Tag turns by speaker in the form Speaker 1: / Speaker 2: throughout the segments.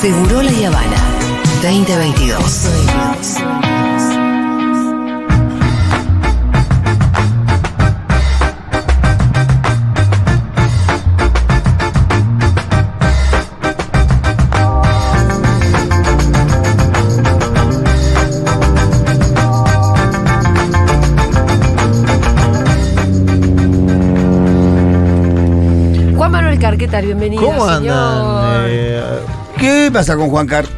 Speaker 1: Seguro La Habana 2022.
Speaker 2: Juan Manuel Carquetas, bienvenido.
Speaker 3: ¿Cómo andan?
Speaker 2: señor.
Speaker 3: Eh,
Speaker 4: ¿Qué pasa con Juan Carlos?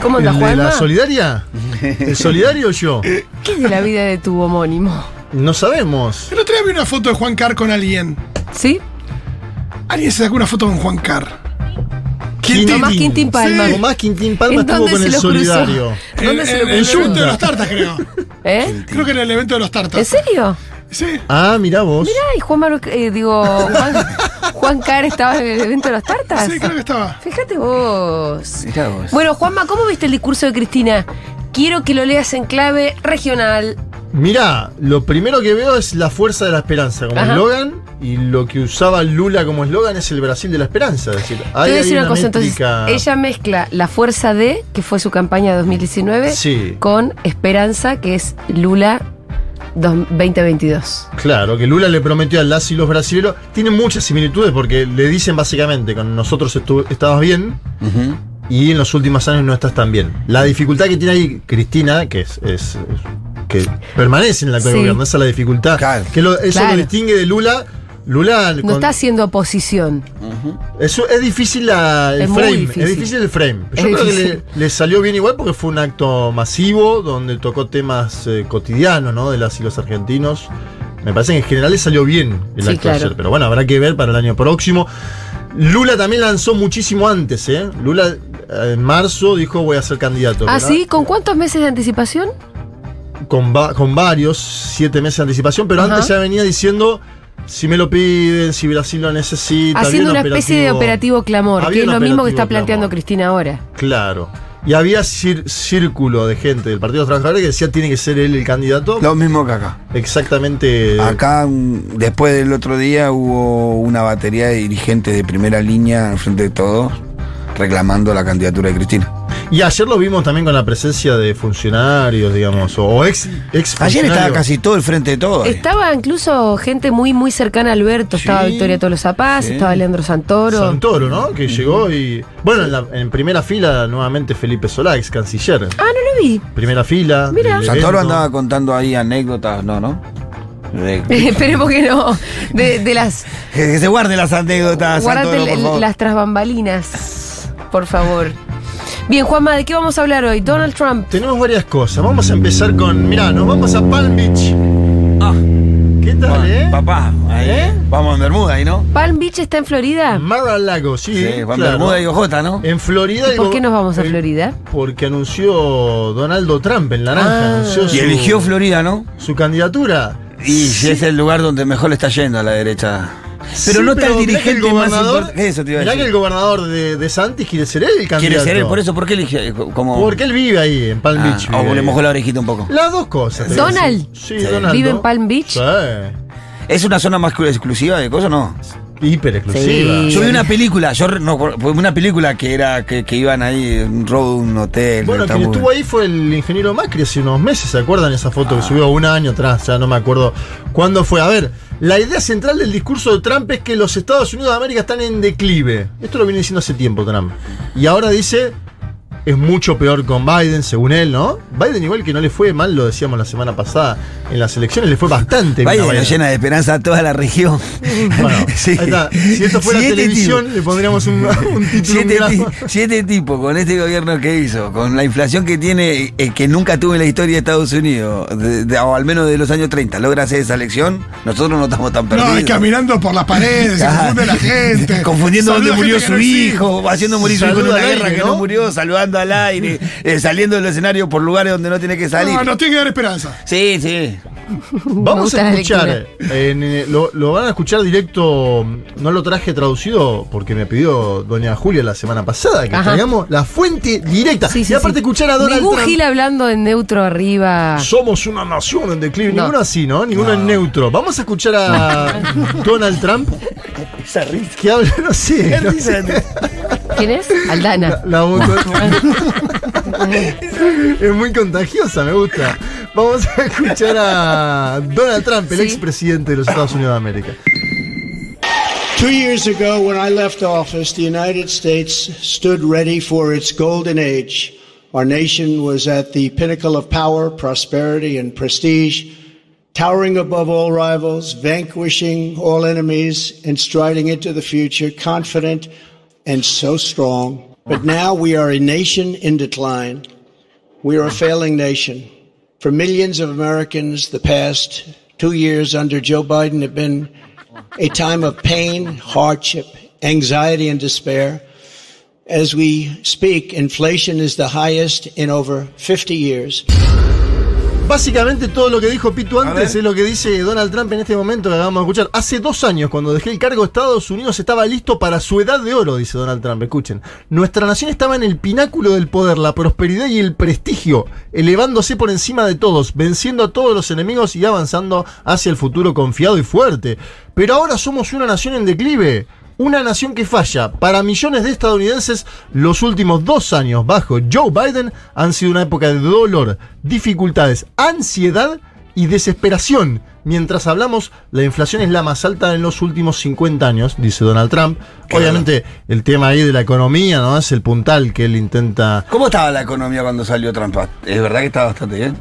Speaker 2: ¿Cómo anda
Speaker 3: ¿El de
Speaker 2: Juanma?
Speaker 3: la solidaria? ¿El solidario o yo?
Speaker 2: ¿Qué es de la vida de tu homónimo?
Speaker 3: No sabemos.
Speaker 5: El otro día vi una foto de Juan Carr con alguien.
Speaker 2: ¿Sí?
Speaker 5: Alguien se sacó una foto con Juan Carr.
Speaker 2: Tomás Quintín Palma.
Speaker 5: Sí.
Speaker 3: Tomás Quintín Palma
Speaker 2: ¿En
Speaker 3: estuvo
Speaker 2: dónde
Speaker 3: con
Speaker 2: se
Speaker 3: el
Speaker 2: lo cruzó?
Speaker 3: solidario.
Speaker 2: ¿Dónde
Speaker 5: En-
Speaker 2: se
Speaker 5: en-
Speaker 2: lo
Speaker 5: en el
Speaker 2: cruzó?
Speaker 5: evento de los tartas, creo.
Speaker 2: ¿Eh?
Speaker 5: Creo que en el evento de los tartas.
Speaker 2: ¿En serio?
Speaker 5: Sí.
Speaker 3: Ah, mirá vos.
Speaker 2: Ay, Juan Manuel, eh, digo, Juan, Juan Car estaba en el evento de las
Speaker 4: Ah,
Speaker 2: tartas.
Speaker 5: Sí, creo que estaba.
Speaker 2: Fíjate vos.
Speaker 4: Mirá vos.
Speaker 2: Bueno, Juanma, ¿cómo viste el discurso de Cristina? Quiero que lo leas en clave regional.
Speaker 3: Mirá, lo primero que veo es la fuerza de la esperanza como
Speaker 2: Ajá.
Speaker 3: eslogan. Y lo que usaba Lula como eslogan es el Brasil de la esperanza. Es decir,
Speaker 2: Te
Speaker 3: ahí
Speaker 2: voy a
Speaker 3: hay
Speaker 2: decir una, cosa, entonces,
Speaker 3: métrica-
Speaker 2: ella mezcla la fuerza de, que fue su campaña de 2019,
Speaker 3: Sí.
Speaker 2: con Esperanza, que es Lula dos- 2022.
Speaker 3: Claro, que Lula le prometió a las y los brasileños. Tiene muchas similitudes porque le dicen básicamente: con nosotros estu- estabas bien,
Speaker 4: Ujú.
Speaker 3: y en los últimos años no estás tan bien. La dificultad que tiene ahí Cristina, que es, es- es- que permanece en la actual
Speaker 2: Sí.
Speaker 3: gobierno, esa es la dificultad.
Speaker 4: Claro.
Speaker 3: Que lo- eso
Speaker 2: Claro.
Speaker 3: lo distingue de Lula. Lula
Speaker 2: No
Speaker 3: con-
Speaker 2: está haciendo oposición.
Speaker 3: eso es difícil la- el
Speaker 2: Es muy
Speaker 3: frame.
Speaker 2: difícil.
Speaker 3: Es difícil el frame. Yo
Speaker 2: Es
Speaker 3: creo
Speaker 2: difícil.
Speaker 3: que le, le salió bien igual porque fue un acto masivo donde tocó temas eh, cotidianos, ¿no? De las y los argentinos. Me parece que en general le salió bien el
Speaker 2: Sí,
Speaker 3: acto
Speaker 2: claro.
Speaker 3: ayer, pero bueno, habrá que ver para el año próximo. Lula también lanzó muchísimo antes, ¿eh? Lula eh, en marzo dijo voy a ser candidato.
Speaker 2: ¿Ah,
Speaker 3: ¿verdad?
Speaker 2: sí? ¿Con cuántos meses de anticipación?
Speaker 3: con, va- con varios, siete meses de anticipación, pero
Speaker 2: Ajá.
Speaker 3: antes ya venía diciendo si me lo piden, si Brasil lo necesita. había
Speaker 2: Haciendo
Speaker 3: un
Speaker 2: una especie de operativo clamor,
Speaker 3: Había
Speaker 2: que es
Speaker 3: un
Speaker 2: lo mismo que
Speaker 3: operativo
Speaker 2: está planteando
Speaker 3: clamor.
Speaker 2: Cristina ahora.
Speaker 3: Claro. Y había cir- círculo de gente del Partido de los Trabajadores que decía tiene que ser él el candidato.
Speaker 4: Lo mismo que acá.
Speaker 3: Exactamente.
Speaker 4: Acá, un- después del otro día, hubo una batería de dirigentes de primera línea al frente de todos reclamando la candidatura de Cristina.
Speaker 3: Y ayer lo vimos también con la presencia de funcionarios, digamos, o, o ex, ex
Speaker 4: Ayer estaba
Speaker 3: funcionarios.
Speaker 4: casi todo el frente de todos. eh. ahí.
Speaker 2: Estaba incluso gente muy, muy cercana a Alberto. Estaba
Speaker 4: Sí.
Speaker 2: Victoria Tolosa Paz,
Speaker 4: Sí.
Speaker 2: estaba Leandro Santoro.
Speaker 3: Santoro, ¿no? Que llegó y. Bueno, en, la- en primera fila nuevamente Felipe Solá, ex canciller.
Speaker 2: Ah, no lo vi.
Speaker 3: Primera fila.
Speaker 2: Mira.
Speaker 3: del
Speaker 4: Santoro
Speaker 3: evento.
Speaker 4: andaba contando ahí anécdotas, ¿no? ¿No? De-
Speaker 2: Esperemos que no. De, de las.
Speaker 4: que se guarden las anécdotas,
Speaker 2: Guardate
Speaker 4: Santoro, por
Speaker 2: l-
Speaker 4: favor.
Speaker 2: las trasbambalinas, por favor. Bien, Juanma, ¿de qué vamos a hablar hoy? Donald Trump.
Speaker 3: Tenemos varias cosas. Vamos a empezar con. Mirá, nos vamos a Palm Beach. ¿Qué tal,
Speaker 4: Ah. Bueno,
Speaker 3: eh?
Speaker 4: Papá, ahí,
Speaker 3: ¿Eh?
Speaker 4: vamos en Bermuda ahí, ¿no?
Speaker 2: ¿Palm Beach está en Florida?
Speaker 3: Mar-a-Lago, sí.
Speaker 4: Sí, Eh, Juan
Speaker 3: claro.
Speaker 4: Bermuda y Ojota, ¿no?
Speaker 3: En Florida.
Speaker 2: ¿Y por
Speaker 3: digo,
Speaker 2: qué nos vamos a
Speaker 3: eh,
Speaker 2: Florida?
Speaker 3: Porque anunció Donaldo Trump en Naranja.
Speaker 2: Ah.
Speaker 3: anunció su,
Speaker 4: Y eligió Florida, ¿no?
Speaker 3: su candidatura.
Speaker 4: Y es el lugar donde mejor le está yendo a la derecha. Pero
Speaker 3: Sí,
Speaker 4: no está el
Speaker 3: mirá que
Speaker 4: dirigente
Speaker 3: gobernador,
Speaker 4: más importante. Eso te iba a
Speaker 3: mirá que el
Speaker 4: decir.
Speaker 3: gobernador de, de Santis quiere ser él el candidato.
Speaker 4: Quiere ser él, por eso, ¿por qué elige? eh, Como...
Speaker 3: Porque él vive ahí, en Palm
Speaker 4: Ah,
Speaker 3: Beach.
Speaker 4: o
Speaker 3: vive
Speaker 4: le
Speaker 3: ahí.
Speaker 4: mojó la orejita un poco.
Speaker 3: Las dos cosas. te
Speaker 2: ¿Donald?
Speaker 3: voy a decir. Sí, Donaldo.
Speaker 2: ¿Vive en Palm Beach?
Speaker 3: Sí.
Speaker 4: ¿Es una zona más exclusiva de cosas no?
Speaker 3: Hiper exclusiva.
Speaker 2: Sí.
Speaker 4: Yo vi una película, yo re- no, fue una película que era que, que iban ahí, un robo, un hotel.
Speaker 3: Bueno,
Speaker 4: está
Speaker 3: quien
Speaker 4: muy-
Speaker 3: estuvo ahí fue el ingeniero Macri hace unos meses, ¿se acuerdan esa foto
Speaker 4: Ah.
Speaker 3: que subió un año atrás? Ya no me acuerdo cuándo fue. A ver, la idea central del discurso de Trump es que los Estados Unidos de América están en declive. Esto lo viene diciendo hace tiempo Trump. Y ahora dice, es mucho peor con Biden, según él, ¿no? Biden igual que no le fue mal, lo decíamos la semana pasada, en las elecciones le fue bastante bien.
Speaker 4: Vaya,
Speaker 3: a
Speaker 4: nos llena de esperanza a toda la región.
Speaker 3: Bueno, ahí está. Si esto fuera
Speaker 4: Siete
Speaker 3: televisión, le pondríamos un, un título. un
Speaker 4: Siete,
Speaker 3: grafo.
Speaker 4: ti- siete tipos con este gobierno que hizo, con la inflación que tiene, eh, que nunca tuvo en la historia de Estados Unidos, de- de- o al menos de los años 30, logra hacer esa elección, nosotros no estamos tan perdidos.
Speaker 5: No, y caminando por las paredes, se
Speaker 4: Ah,
Speaker 5: confunde la gente.
Speaker 4: Confundiendo
Speaker 5: Saluda
Speaker 4: dónde
Speaker 5: gente
Speaker 4: murió
Speaker 5: que
Speaker 4: su
Speaker 5: no existe.
Speaker 4: hijo, haciendo morir su hijo en
Speaker 3: Saluda
Speaker 4: una
Speaker 3: al
Speaker 4: guerra
Speaker 3: aire,
Speaker 4: que no
Speaker 3: ¿no?
Speaker 4: murió, saludando al aire, eh, saliendo del escenario por lugares donde no tiene que salir.
Speaker 5: No, nos tiene que dar esperanza.
Speaker 4: Sí, sí.
Speaker 2: Me
Speaker 3: Vamos
Speaker 2: gusta la
Speaker 3: a escuchar,
Speaker 2: lectura.
Speaker 3: eh, en, eh, lo, lo van a escuchar directo, no lo traje traducido porque me pidió doña Julia la semana pasada, que
Speaker 2: Ajá.
Speaker 3: traigamos la fuente directa.
Speaker 2: Sí, sí,
Speaker 3: y aparte
Speaker 2: sí.
Speaker 3: escuchar a Donald
Speaker 2: Ningún
Speaker 3: Trump.
Speaker 2: Gil hablando en neutro arriba.
Speaker 3: Somos una nación en declive,
Speaker 2: No.
Speaker 3: ninguno así, ¿no? Ninguno en neutro. Vamos a escuchar a Donald Trump,
Speaker 4: Esa risa.
Speaker 3: que habla, no sé.
Speaker 4: Qué
Speaker 3: no
Speaker 4: risa.
Speaker 3: sé.
Speaker 2: ¿Quién es? Aldana.
Speaker 3: La, la moto- es muy contagiosa, me gusta. Vamos a escuchar a Donald Trump, el
Speaker 2: Sí.
Speaker 3: expresidente de los Estados Unidos de América.
Speaker 6: Two years ago, when I left office, the United States stood ready for its golden age. Our nation was at the pinnacle of power, prosperity, and prestige, towering above all rivals, vanquishing all enemies, and striding into the future confident and so strong. But now we are a nation in decline. We are a failing nation. For millions of Americans, the past two years under Joe Biden have been a time of pain, hardship, anxiety, and despair. As we speak, inflation is the highest in over 50 years.
Speaker 3: Básicamente todo lo que dijo Pitu antes
Speaker 4: ver.
Speaker 3: es lo que dice Donald Trump en este momento que acabamos de escuchar. Hace dos años, cuando dejé el cargo, Estados Unidos estaba listo para su edad de oro, dice Donald Trump. Escuchen, nuestra nación estaba en el pináculo del poder, la prosperidad y el prestigio, elevándose por encima de todos, venciendo a todos los enemigos y avanzando hacia el futuro confiado y fuerte. Pero ahora somos una nación en declive. Una nación que falla. Para millones de estadounidenses, los últimos dos años bajo Joe Biden han sido una época de dolor, dificultades, ansiedad y desesperación. Mientras hablamos, la inflación es la más alta en los últimos 50 años, dice Donald Trump. Obviamente, el tema ahí de la economía, ¿no? Es el puntal que él intenta.
Speaker 4: ¿Cómo estaba la economía cuando salió Trump? Ah, Es verdad que estaba bastante bien.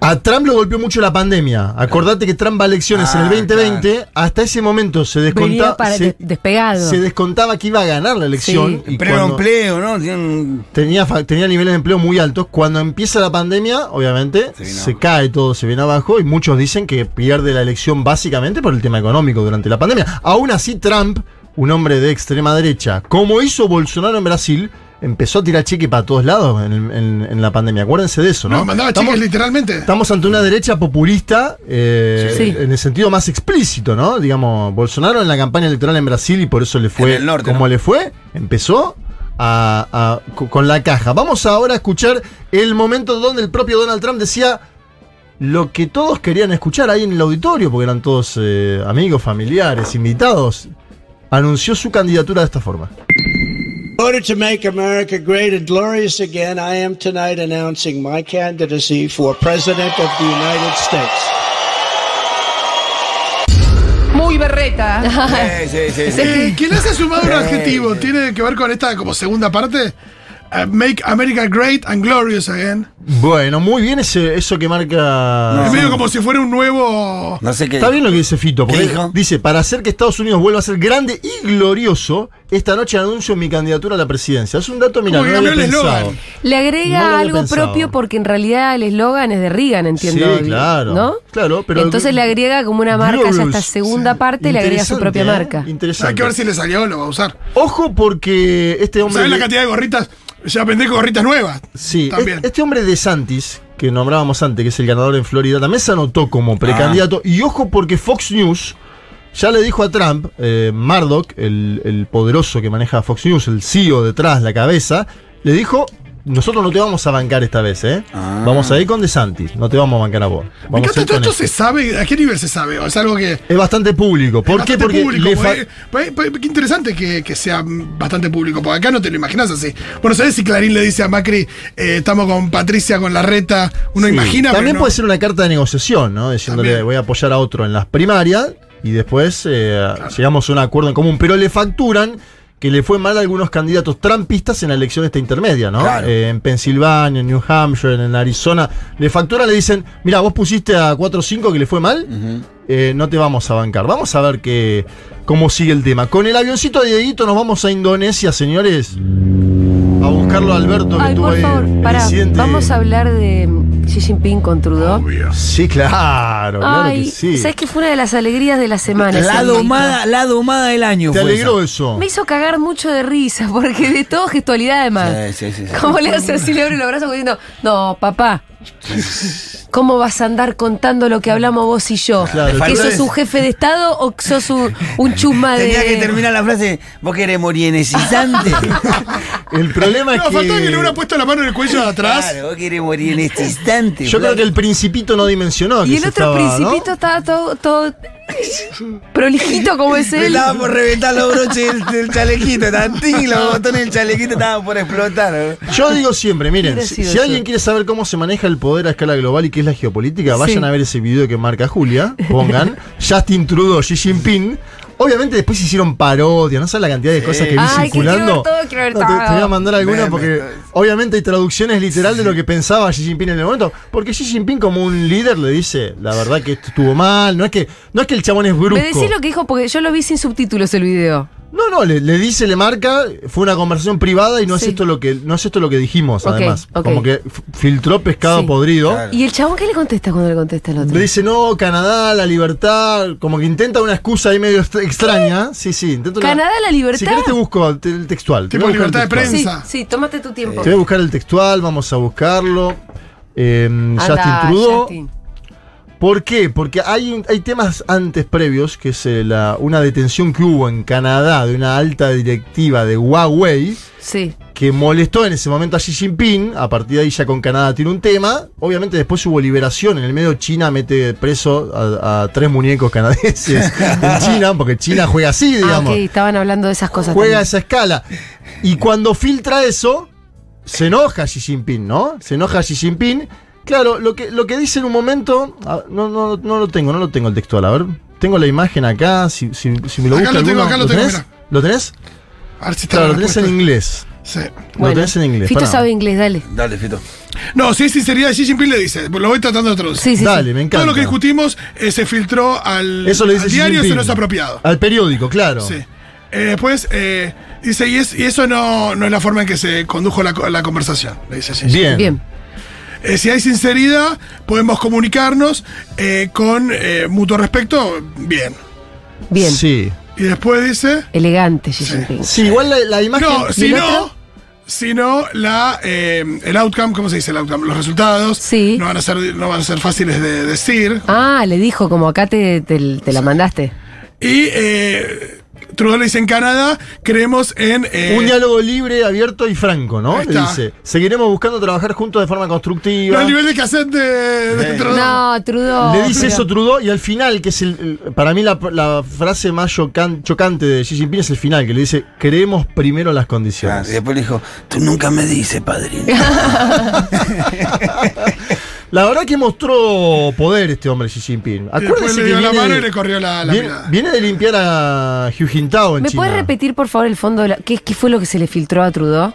Speaker 3: A Trump lo golpeó mucho la pandemia. Acordate que Trump va a elecciones
Speaker 4: Ah,
Speaker 3: en el 2020. Hasta ese momento se
Speaker 2: Venía
Speaker 3: descontaba.
Speaker 2: para
Speaker 3: se-
Speaker 2: de- despegado.
Speaker 3: se descontaba que iba a ganar la elección. y
Speaker 4: Pero
Speaker 3: cuando
Speaker 4: empleo, ¿no? Tienen-
Speaker 3: tenía, fa- tenía niveles de empleo muy altos. Cuando empieza la pandemia, obviamente,
Speaker 4: Se
Speaker 3: se,
Speaker 4: vino abajo.
Speaker 3: cae todo, se viene abajo y muchos dicen que pierde la elección básicamente por el tema económico durante la pandemia. Aún así, Trump, un hombre de extrema derecha, como hizo Bolsonaro en Brasil, empezó a tirar cheque para todos lados en, el- en- en la pandemia. Acuérdense de eso, ¿no?
Speaker 5: No, mandaba
Speaker 3: Estamos-
Speaker 5: cheques literalmente.
Speaker 3: Estamos ante una derecha populista eh,
Speaker 2: Sí.
Speaker 3: en el sentido más explícito, ¿no? Digamos, Bolsonaro en la campaña electoral en Brasil y por eso le fue
Speaker 4: En el norte,
Speaker 3: como
Speaker 4: ¿no?
Speaker 3: le fue, empezó a- a- co- con la caja. Vamos ahora a escuchar el momento donde el propio Donald Trump decía lo que todos querían escuchar ahí en el auditorio, porque eran todos eh, amigos, familiares, invitados. Anunció su candidatura de esta forma.
Speaker 6: In order to make America great and glorious again, I am tonight announcing my candidacy for President of the United States.
Speaker 2: Muy berreta.
Speaker 4: Sí, sí, sí, sí.
Speaker 5: Eh, quien haya sumado un
Speaker 4: Sí.
Speaker 5: adjetivo tiene que ver con esta como segunda parte. Eh, make America Great and Glorious Again.
Speaker 3: Bueno, muy bien ese, eso que marca...
Speaker 4: No.
Speaker 5: Es medio como si fuera un nuevo.
Speaker 4: No sé qué.
Speaker 3: Está bien lo que dice Fito, porque
Speaker 4: ¿Qué dijo?
Speaker 3: dice, para hacer que Estados Unidos vuelva a ser grande y glorioso, esta noche anuncio mi candidatura a la presidencia. Es un dato, mira, no
Speaker 5: Como que
Speaker 3: lo había
Speaker 5: cambió el
Speaker 3: pensado.
Speaker 5: eslogan.
Speaker 2: Le
Speaker 3: No lo
Speaker 2: agrega
Speaker 3: había
Speaker 2: algo
Speaker 3: pensado.
Speaker 2: propio porque en realidad el eslogan es de Reagan, entiendo.
Speaker 3: Sí, claro.
Speaker 2: ¿no?
Speaker 3: Claro, pero-
Speaker 2: Entonces le agrega como una marca, ya
Speaker 3: Glorious,
Speaker 2: esta segunda parte le agrega su
Speaker 3: Interesante,
Speaker 2: propia
Speaker 3: ¿eh?
Speaker 2: marca.
Speaker 5: Pues Hay que ver si
Speaker 3: Interesante.
Speaker 5: le salió, lo va a usar.
Speaker 3: Ojo porque este hombre...
Speaker 5: ¿Sabes la
Speaker 3: de-
Speaker 5: cantidad de gorritas? Ya vendé con gorritas nuevas.
Speaker 3: Sí,
Speaker 5: También.
Speaker 3: es- este hombre de Santis, que nombrábamos antes, que es el ganador en Florida, también se anotó como precandidato.
Speaker 5: Ah.
Speaker 3: Y ojo porque Fox News ya le dijo a Trump, eh, Murdoch, el, el poderoso que maneja Fox News, el CEO detrás, la cabeza, le dijo... Nosotros no te vamos a bancar esta vez, ¿eh?
Speaker 4: Ah.
Speaker 3: Vamos a ir con DeSantis, no te vamos a bancar a vos.
Speaker 5: Me
Speaker 3: Vamos a
Speaker 5: encanta
Speaker 3: ir
Speaker 5: todo
Speaker 3: con
Speaker 5: esto,
Speaker 3: él.
Speaker 5: se sabe. ¿A qué nivel se sabe? O es algo que.
Speaker 3: Es bastante público. ¿Por qué?
Speaker 5: bastante
Speaker 3: Porque
Speaker 5: público, pues.
Speaker 3: le fa-
Speaker 5: porque- porque- porque- qué interesante que, que sea bastante público, porque acá no te lo imaginas así. Bueno, ¿sabes si Clarín le dice a Macri, eh, estamos con Patricia, con la reta? Uno
Speaker 3: Sí.
Speaker 5: imagina.
Speaker 3: También
Speaker 5: pero no.
Speaker 3: puede ser una carta de negociación, ¿no? Diciéndole,
Speaker 5: También.
Speaker 3: voy a apoyar a otro en las primarias y después eh, llegamos a un acuerdo en común. Pero le facturan que le fue mal a algunos candidatos trampistas en la elección esta intermedia, ¿no?
Speaker 4: Claro.
Speaker 3: Eh, en Pensilvania, en New Hampshire, en Arizona. Le facturan, le dicen, mira, vos pusiste a 4 o 5 que le fue mal, eh, no te vamos a bancar. Vamos a ver qué cómo sigue el tema. Con el avioncito de Dieguito nos vamos a Indonesia, señores. A buscarlo a Alberto que
Speaker 2: Ay,
Speaker 3: tuvo
Speaker 2: por
Speaker 3: ahí
Speaker 2: favor,
Speaker 3: el
Speaker 2: pará.
Speaker 3: incidente.
Speaker 2: Vamos a hablar de Xi Jinping con Trudeau.
Speaker 3: Sí, claro, Ah, claro
Speaker 2: Ay,
Speaker 3: que sí.
Speaker 2: ¿sabes que fue una de las alegrías de la semana? ese
Speaker 4: La
Speaker 2: ámbito?
Speaker 4: domada, la domada del año.
Speaker 3: ¿Te
Speaker 4: fue
Speaker 3: alegró
Speaker 4: esa.
Speaker 3: eso?
Speaker 2: Me hizo cagar mucho de risa, porque de todo gestualidad además.
Speaker 4: Ah, Sí, sí, sí, sí.
Speaker 2: ¿Cómo le hace así? Le abre el abrazo como diciendo, no, papá, ¿cómo vas a andar contando lo que hablamos vos y yo?
Speaker 3: Claro,
Speaker 2: ¿Que
Speaker 4: faltó
Speaker 2: sos
Speaker 4: eso.
Speaker 2: un jefe de Estado o que sos un, un chusma de...?
Speaker 4: Tenía que terminar la frase, vos querés morir en excitante.
Speaker 3: El problema es
Speaker 5: No, faltaba que le hubiera
Speaker 3: que.
Speaker 5: puesto la mano en el cuello de atrás.
Speaker 4: Claro, vos querés morir en este instante.
Speaker 3: Yo creo que el principito no dimensionó.
Speaker 2: Y
Speaker 3: que
Speaker 2: el
Speaker 3: se
Speaker 2: otro
Speaker 3: estaba, ¿no?
Speaker 2: principito estaba todo, todo Prolijito como es
Speaker 4: Me
Speaker 2: él.
Speaker 4: Estaba por reventar los broches del, del chalequito, tantín, los botones del chalequito estaban por explotar. ¿no?
Speaker 3: Yo digo siempre, miren,
Speaker 2: Hubiera
Speaker 3: si,
Speaker 2: sido
Speaker 3: si
Speaker 2: yo.
Speaker 3: alguien quiere saber cómo se maneja el poder a escala global y qué es la geopolítica, vayan
Speaker 2: Sí.
Speaker 3: a ver ese video que marca Julia, pongan Justin Trudeau, Xi Jinping. Obviamente después hicieron parodias, no sabes la cantidad de cosas que vi
Speaker 2: Ay, que quiero ver
Speaker 3: circulando.
Speaker 2: todo, quiero ver
Speaker 3: No, te- te, voy a
Speaker 2: todo.
Speaker 3: mandar alguna
Speaker 4: Meme,
Speaker 3: porque
Speaker 4: todo eso.
Speaker 3: obviamente hay traducciones literal de lo que pensaba Xi Jinping en el momento, porque Xi Jinping como un líder le dice, la verdad que esto estuvo mal, no es que no es que el chabón es brusco.
Speaker 2: Me decís lo que dijo porque yo lo vi sin subtítulos el video.
Speaker 3: No, no, le, le dice, le marca, fue una conversación privada y no
Speaker 2: Sí.
Speaker 3: es esto lo que, no es esto lo que dijimos,
Speaker 2: Ok,
Speaker 3: además.
Speaker 2: ok.
Speaker 3: Como que f- filtró pescado
Speaker 2: Sí.
Speaker 3: podrido.
Speaker 4: Claro.
Speaker 2: ¿Y el chabón qué le contesta cuando le contesta el otro?
Speaker 3: Eh. Le dice, no, Canadá, la libertad, como que intenta una excusa ahí medio extra- extraña. Sí, sí, intenta una-
Speaker 2: ¿Canadá, la libertad?
Speaker 3: Si querés te busco te- el textual. te
Speaker 5: Tipo
Speaker 3: voy a buscar
Speaker 5: libertad
Speaker 3: el
Speaker 5: de
Speaker 3: textual.
Speaker 2: Sí,
Speaker 5: Pensa.
Speaker 2: sí, tómate tu tiempo.
Speaker 3: Te voy a buscar el textual, vamos a buscarlo. Eh,
Speaker 2: Anda,
Speaker 3: Justin Trudeau.
Speaker 2: Justin.
Speaker 3: ¿Por qué? Porque hay, un- hay temas antes previos, que es eh, la- una detención que hubo en Canadá de una alta directiva de Huawei.
Speaker 2: Sí.
Speaker 3: que molestó en ese momento a Xi Jinping, a partir de ahí ya con Canadá tiene un tema, obviamente después hubo liberación, en el medio China mete preso a, a tres muñecos canadenses en China, porque China juega así,
Speaker 2: Ah,
Speaker 3: digamos,
Speaker 2: ok, estaban hablando de esas cosas.
Speaker 3: juega a
Speaker 2: también.
Speaker 3: esa escala. Y cuando filtra eso, se enoja Xi Jinping, ¿no? Se enoja Xi Jinping. Claro, lo que, lo que dice en un momento, a- no, no, no lo tengo, no lo tengo el textual, a ver, tengo la imagen acá, si, si, si me lo
Speaker 5: Acá
Speaker 3: busca
Speaker 5: lo
Speaker 3: alguno,
Speaker 5: tengo, acá lo tengo,
Speaker 3: tenés?
Speaker 5: mirá.
Speaker 3: ¿Lo tenés?
Speaker 5: A ver si está
Speaker 3: Claro,
Speaker 5: la
Speaker 3: lo tenés en
Speaker 5: respuesta.
Speaker 3: inglés.
Speaker 5: Sí.
Speaker 3: Lo tenés en inglés.
Speaker 2: Fito
Speaker 3: pará.
Speaker 2: sabe inglés, dale.
Speaker 4: Dale, Fito.
Speaker 5: No, si es sinceridad, Xi Jinping le dice, lo voy tratando de traducir.
Speaker 2: Sí, sí,
Speaker 3: Dale,
Speaker 2: sí.
Speaker 3: me encanta.
Speaker 5: Todo lo que discutimos eh, se filtró al,
Speaker 3: Eso le dice
Speaker 5: al
Speaker 3: Xi
Speaker 5: diario,
Speaker 3: Jinping.
Speaker 5: eso no es apropiado.
Speaker 3: Al periódico, claro.
Speaker 5: Sí. Eh, después eh, dice, y, es- y eso no, no es la forma en que se condujo la, co- la conversación, le dice Xi Jinping.
Speaker 3: Bien.
Speaker 2: Bien.
Speaker 5: Eh, si hay sinceridad, podemos comunicarnos eh, con eh, mutuo respeto, bien.
Speaker 2: Bien.
Speaker 3: Sí.
Speaker 5: Y después dice,
Speaker 2: Elegante, Xi Jinping.
Speaker 3: Sí, igual la, la imagen.
Speaker 5: no, si
Speaker 3: ¿Y la
Speaker 5: no,
Speaker 3: otra?
Speaker 5: si no, la, eh, el outcome, ¿cómo se dice el outcome? Los resultados
Speaker 2: Sí.
Speaker 5: no, van a ser, no van a ser fáciles de decir.
Speaker 2: Ah, le dijo, como acá te, te- te la mandaste.
Speaker 5: Y eh, Trudeau le dice en Canadá, creemos en... eh,
Speaker 3: Un diálogo libre, abierto y franco, ¿no?
Speaker 5: Ahí
Speaker 3: Le
Speaker 5: está.
Speaker 3: dice. Seguiremos buscando trabajar juntos de forma constructiva.
Speaker 5: no, el nivel de cassette de, de Trudeau.
Speaker 2: No, Trudeau.
Speaker 5: Oh,
Speaker 3: Le dice
Speaker 2: Trudeau.
Speaker 3: eso Trudeau y al final, que es el, el- para mí la, la frase más chocan- chocante de Xi Jinping es el final, que le dice, creemos primero las
Speaker 4: Ah, y
Speaker 3: condiciones.
Speaker 4: después le dijo, tú nunca me dices, padrino.
Speaker 3: La verdad que mostró poder este hombre Xi Jinping.
Speaker 5: Después
Speaker 3: Acuérdense
Speaker 5: le
Speaker 3: que
Speaker 5: dio la
Speaker 3: viene
Speaker 5: mano
Speaker 3: de-
Speaker 5: y le corrió la, la
Speaker 3: viene,
Speaker 5: mirada.
Speaker 3: viene de limpiar a Hu Jintao en
Speaker 2: ¿Me
Speaker 3: China.
Speaker 2: puedes repetir, por favor, el fondo? de la- ¿Qué, ¿Qué fue lo que se le filtró a Trudeau?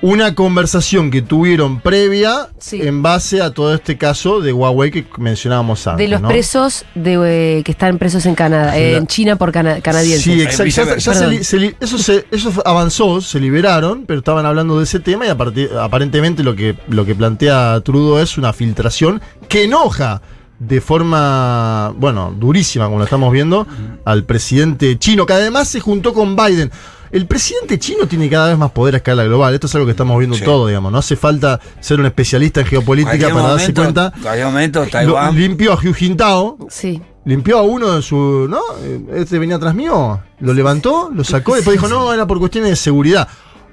Speaker 3: una conversación que tuvieron previa
Speaker 2: Sí.
Speaker 3: en base a todo este caso de Huawei que mencionábamos antes.
Speaker 2: De los
Speaker 3: ¿no?
Speaker 2: presos de, eh, que están presos en Canadá, eh, en China por cana- canadienses.
Speaker 4: Eh,
Speaker 3: Sí, exacto. Ya- ya se
Speaker 2: Perdón.
Speaker 3: li- se li- eso, se- eso avanzó, se liberaron, pero estaban hablando de ese tema y a partir- aparentemente lo que, lo que plantea Trudeau es una filtración que enoja de forma, bueno, durísima, como lo estamos viendo, al presidente chino, que además se juntó con Biden. El presidente chino tiene cada vez más poder a escala global. Esto es algo que estamos viendo
Speaker 4: Sí.
Speaker 3: todo, digamos. No hace falta ser un especialista en geopolítica
Speaker 4: Cualquier
Speaker 3: para darse
Speaker 4: momento-
Speaker 3: cuenta.
Speaker 4: Cualquier momento,
Speaker 3: Lo-
Speaker 4: Taiwán.
Speaker 3: limpió a Hu Jintao,
Speaker 2: Sí.
Speaker 3: limpió a uno de su. ¿No? Este venía atrás mío, lo levantó, lo sacó, después dijo, no, era por cuestiones de seguridad.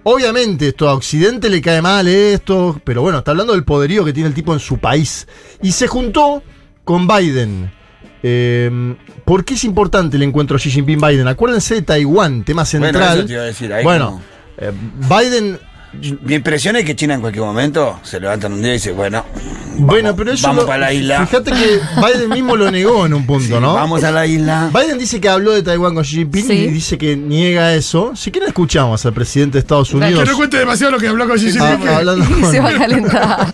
Speaker 3: Obviamente, esto a Occidente le cae mal esto, pero bueno, está hablando del poderío que tiene el tipo en su país. Y se juntó con Biden. Eh, ¿Por qué es importante el encuentro Xi Jinping-Biden? Acuérdense de Taiwán, tema
Speaker 4: Bueno,
Speaker 3: central.
Speaker 4: eso te iba a decir, ahí
Speaker 3: Bueno, eh, Biden
Speaker 4: como- Mi impresión es que China en cualquier momento se levantan un día y dice, bueno,
Speaker 3: Bueno, pero eso.
Speaker 4: vamos
Speaker 3: lo-
Speaker 4: para la isla.
Speaker 3: Fíjate que Biden mismo lo negó en un punto,
Speaker 4: Sí,
Speaker 3: ¿no?
Speaker 4: Vamos a la isla.
Speaker 3: Biden dice que habló de Taiwán con Xi Jinping
Speaker 2: Sí.
Speaker 3: y dice que niega eso. Si quieren, escuchamos al presidente de Estados
Speaker 5: Que
Speaker 3: Unidos
Speaker 5: no cuente demasiado lo que habló con Xi
Speaker 3: ah,
Speaker 5: Jinping.
Speaker 3: hablando
Speaker 2: Y
Speaker 3: con.
Speaker 2: se va a calentar.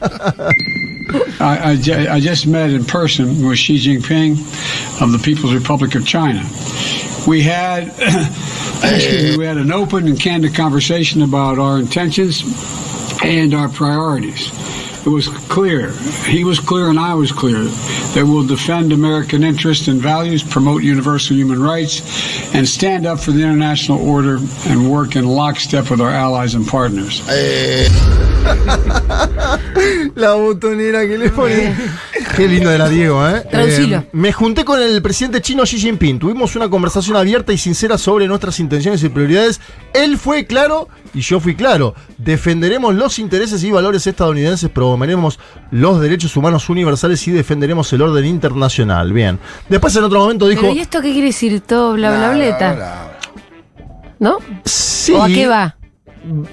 Speaker 7: I, I, ju- I just met in person with Xi Jinping of the People's Republic of China. We had excuse me, we had an open and candid conversation about our intentions and our priorities. It was clear, he was clear and I was clear, that we'll defend American interests and values, promote universal human rights, and stand up for the international order and work in lockstep with our allies and partners.
Speaker 3: La botonera que le pone. Qué lindo era Diego, ¿eh?
Speaker 2: Traducilo.
Speaker 3: Eh, Me junté con el presidente chino Xi Jinping. Tuvimos una conversación abierta y sincera sobre nuestras intenciones y prioridades Él fue claro y yo fui claro. Defenderemos los intereses y valores estadounidenses, promoveremos los derechos humanos universales y defenderemos el orden internacional. Bien. Después en otro momento dijo...
Speaker 2: Pero ¿y esto qué quiere decir? Todo bla bla
Speaker 4: Bla,
Speaker 2: bleta.
Speaker 4: bla,
Speaker 2: ¿No?
Speaker 3: Sí.
Speaker 2: ¿O a qué va?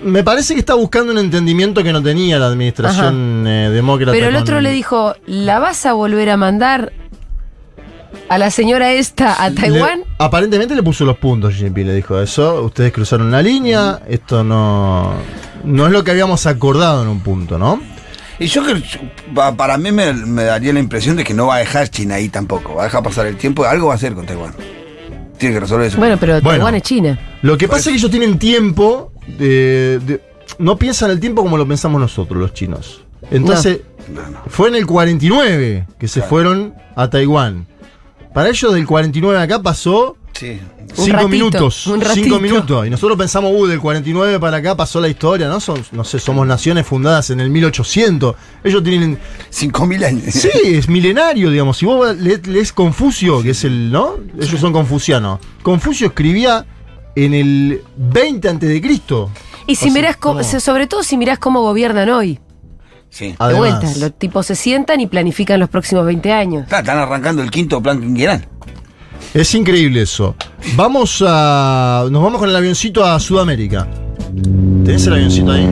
Speaker 3: Me parece que está buscando un entendimiento que no tenía la administración eh, demócrata.
Speaker 2: Pero el
Speaker 3: con-
Speaker 2: otro le dijo, ¿la vas a volver a mandar a la señora esta a Taiwán?
Speaker 3: Le- aparentemente le puso los puntos, Xi Jinping le dijo eso. Ustedes cruzaron la línea, esto no, no es lo que habíamos acordado en un punto, ¿no?
Speaker 4: Y yo creo, yo- pa- para mí me, me daría la impresión de que no va a dejar China ahí tampoco. Va a dejar pasar el tiempo y algo va a hacer con Taiwán. Tiene que resolver eso.
Speaker 2: Bueno, pero
Speaker 3: Bueno.
Speaker 2: Taiwán es China.
Speaker 3: Lo que pasa es que ellos tienen tiempo, de- de- no piensan el tiempo como lo pensamos nosotros, los chinos. Entonces,
Speaker 4: No, no.
Speaker 3: fue en el 49 que se fueron a Taiwán. Para ellos del 49 acá pasó
Speaker 4: Sí.
Speaker 2: Un
Speaker 3: 5
Speaker 2: ratito,
Speaker 3: minutos.
Speaker 2: un
Speaker 3: 5
Speaker 2: ratito.
Speaker 3: minutos. Y nosotros pensamos, uh, del 49 para acá pasó la historia, ¿no? Son, no sé, somos naciones fundadas en el 1800. Ellos tienen
Speaker 4: 5.000 años.
Speaker 3: Sí, es milenario, digamos. Si vos le- lees Confucio, que es el, ¿no? Ellos son confucianos. Confucio escribía en el 20 antes de Cristo.
Speaker 2: Y si
Speaker 3: O sea,
Speaker 2: mirás, co-
Speaker 3: ¿cómo?
Speaker 2: se- sobre todo si mirás cómo gobiernan hoy.
Speaker 4: Sí.
Speaker 2: De
Speaker 3: Además,
Speaker 2: vuelta, los tipos se sientan y planifican los próximos 20 años.
Speaker 4: Está- están arrancando el quinto plan quinquenal.
Speaker 3: es increíble eso. Vamos a nos vamos con el avioncito a Sudamérica. ¿Tenés el avioncito ahí?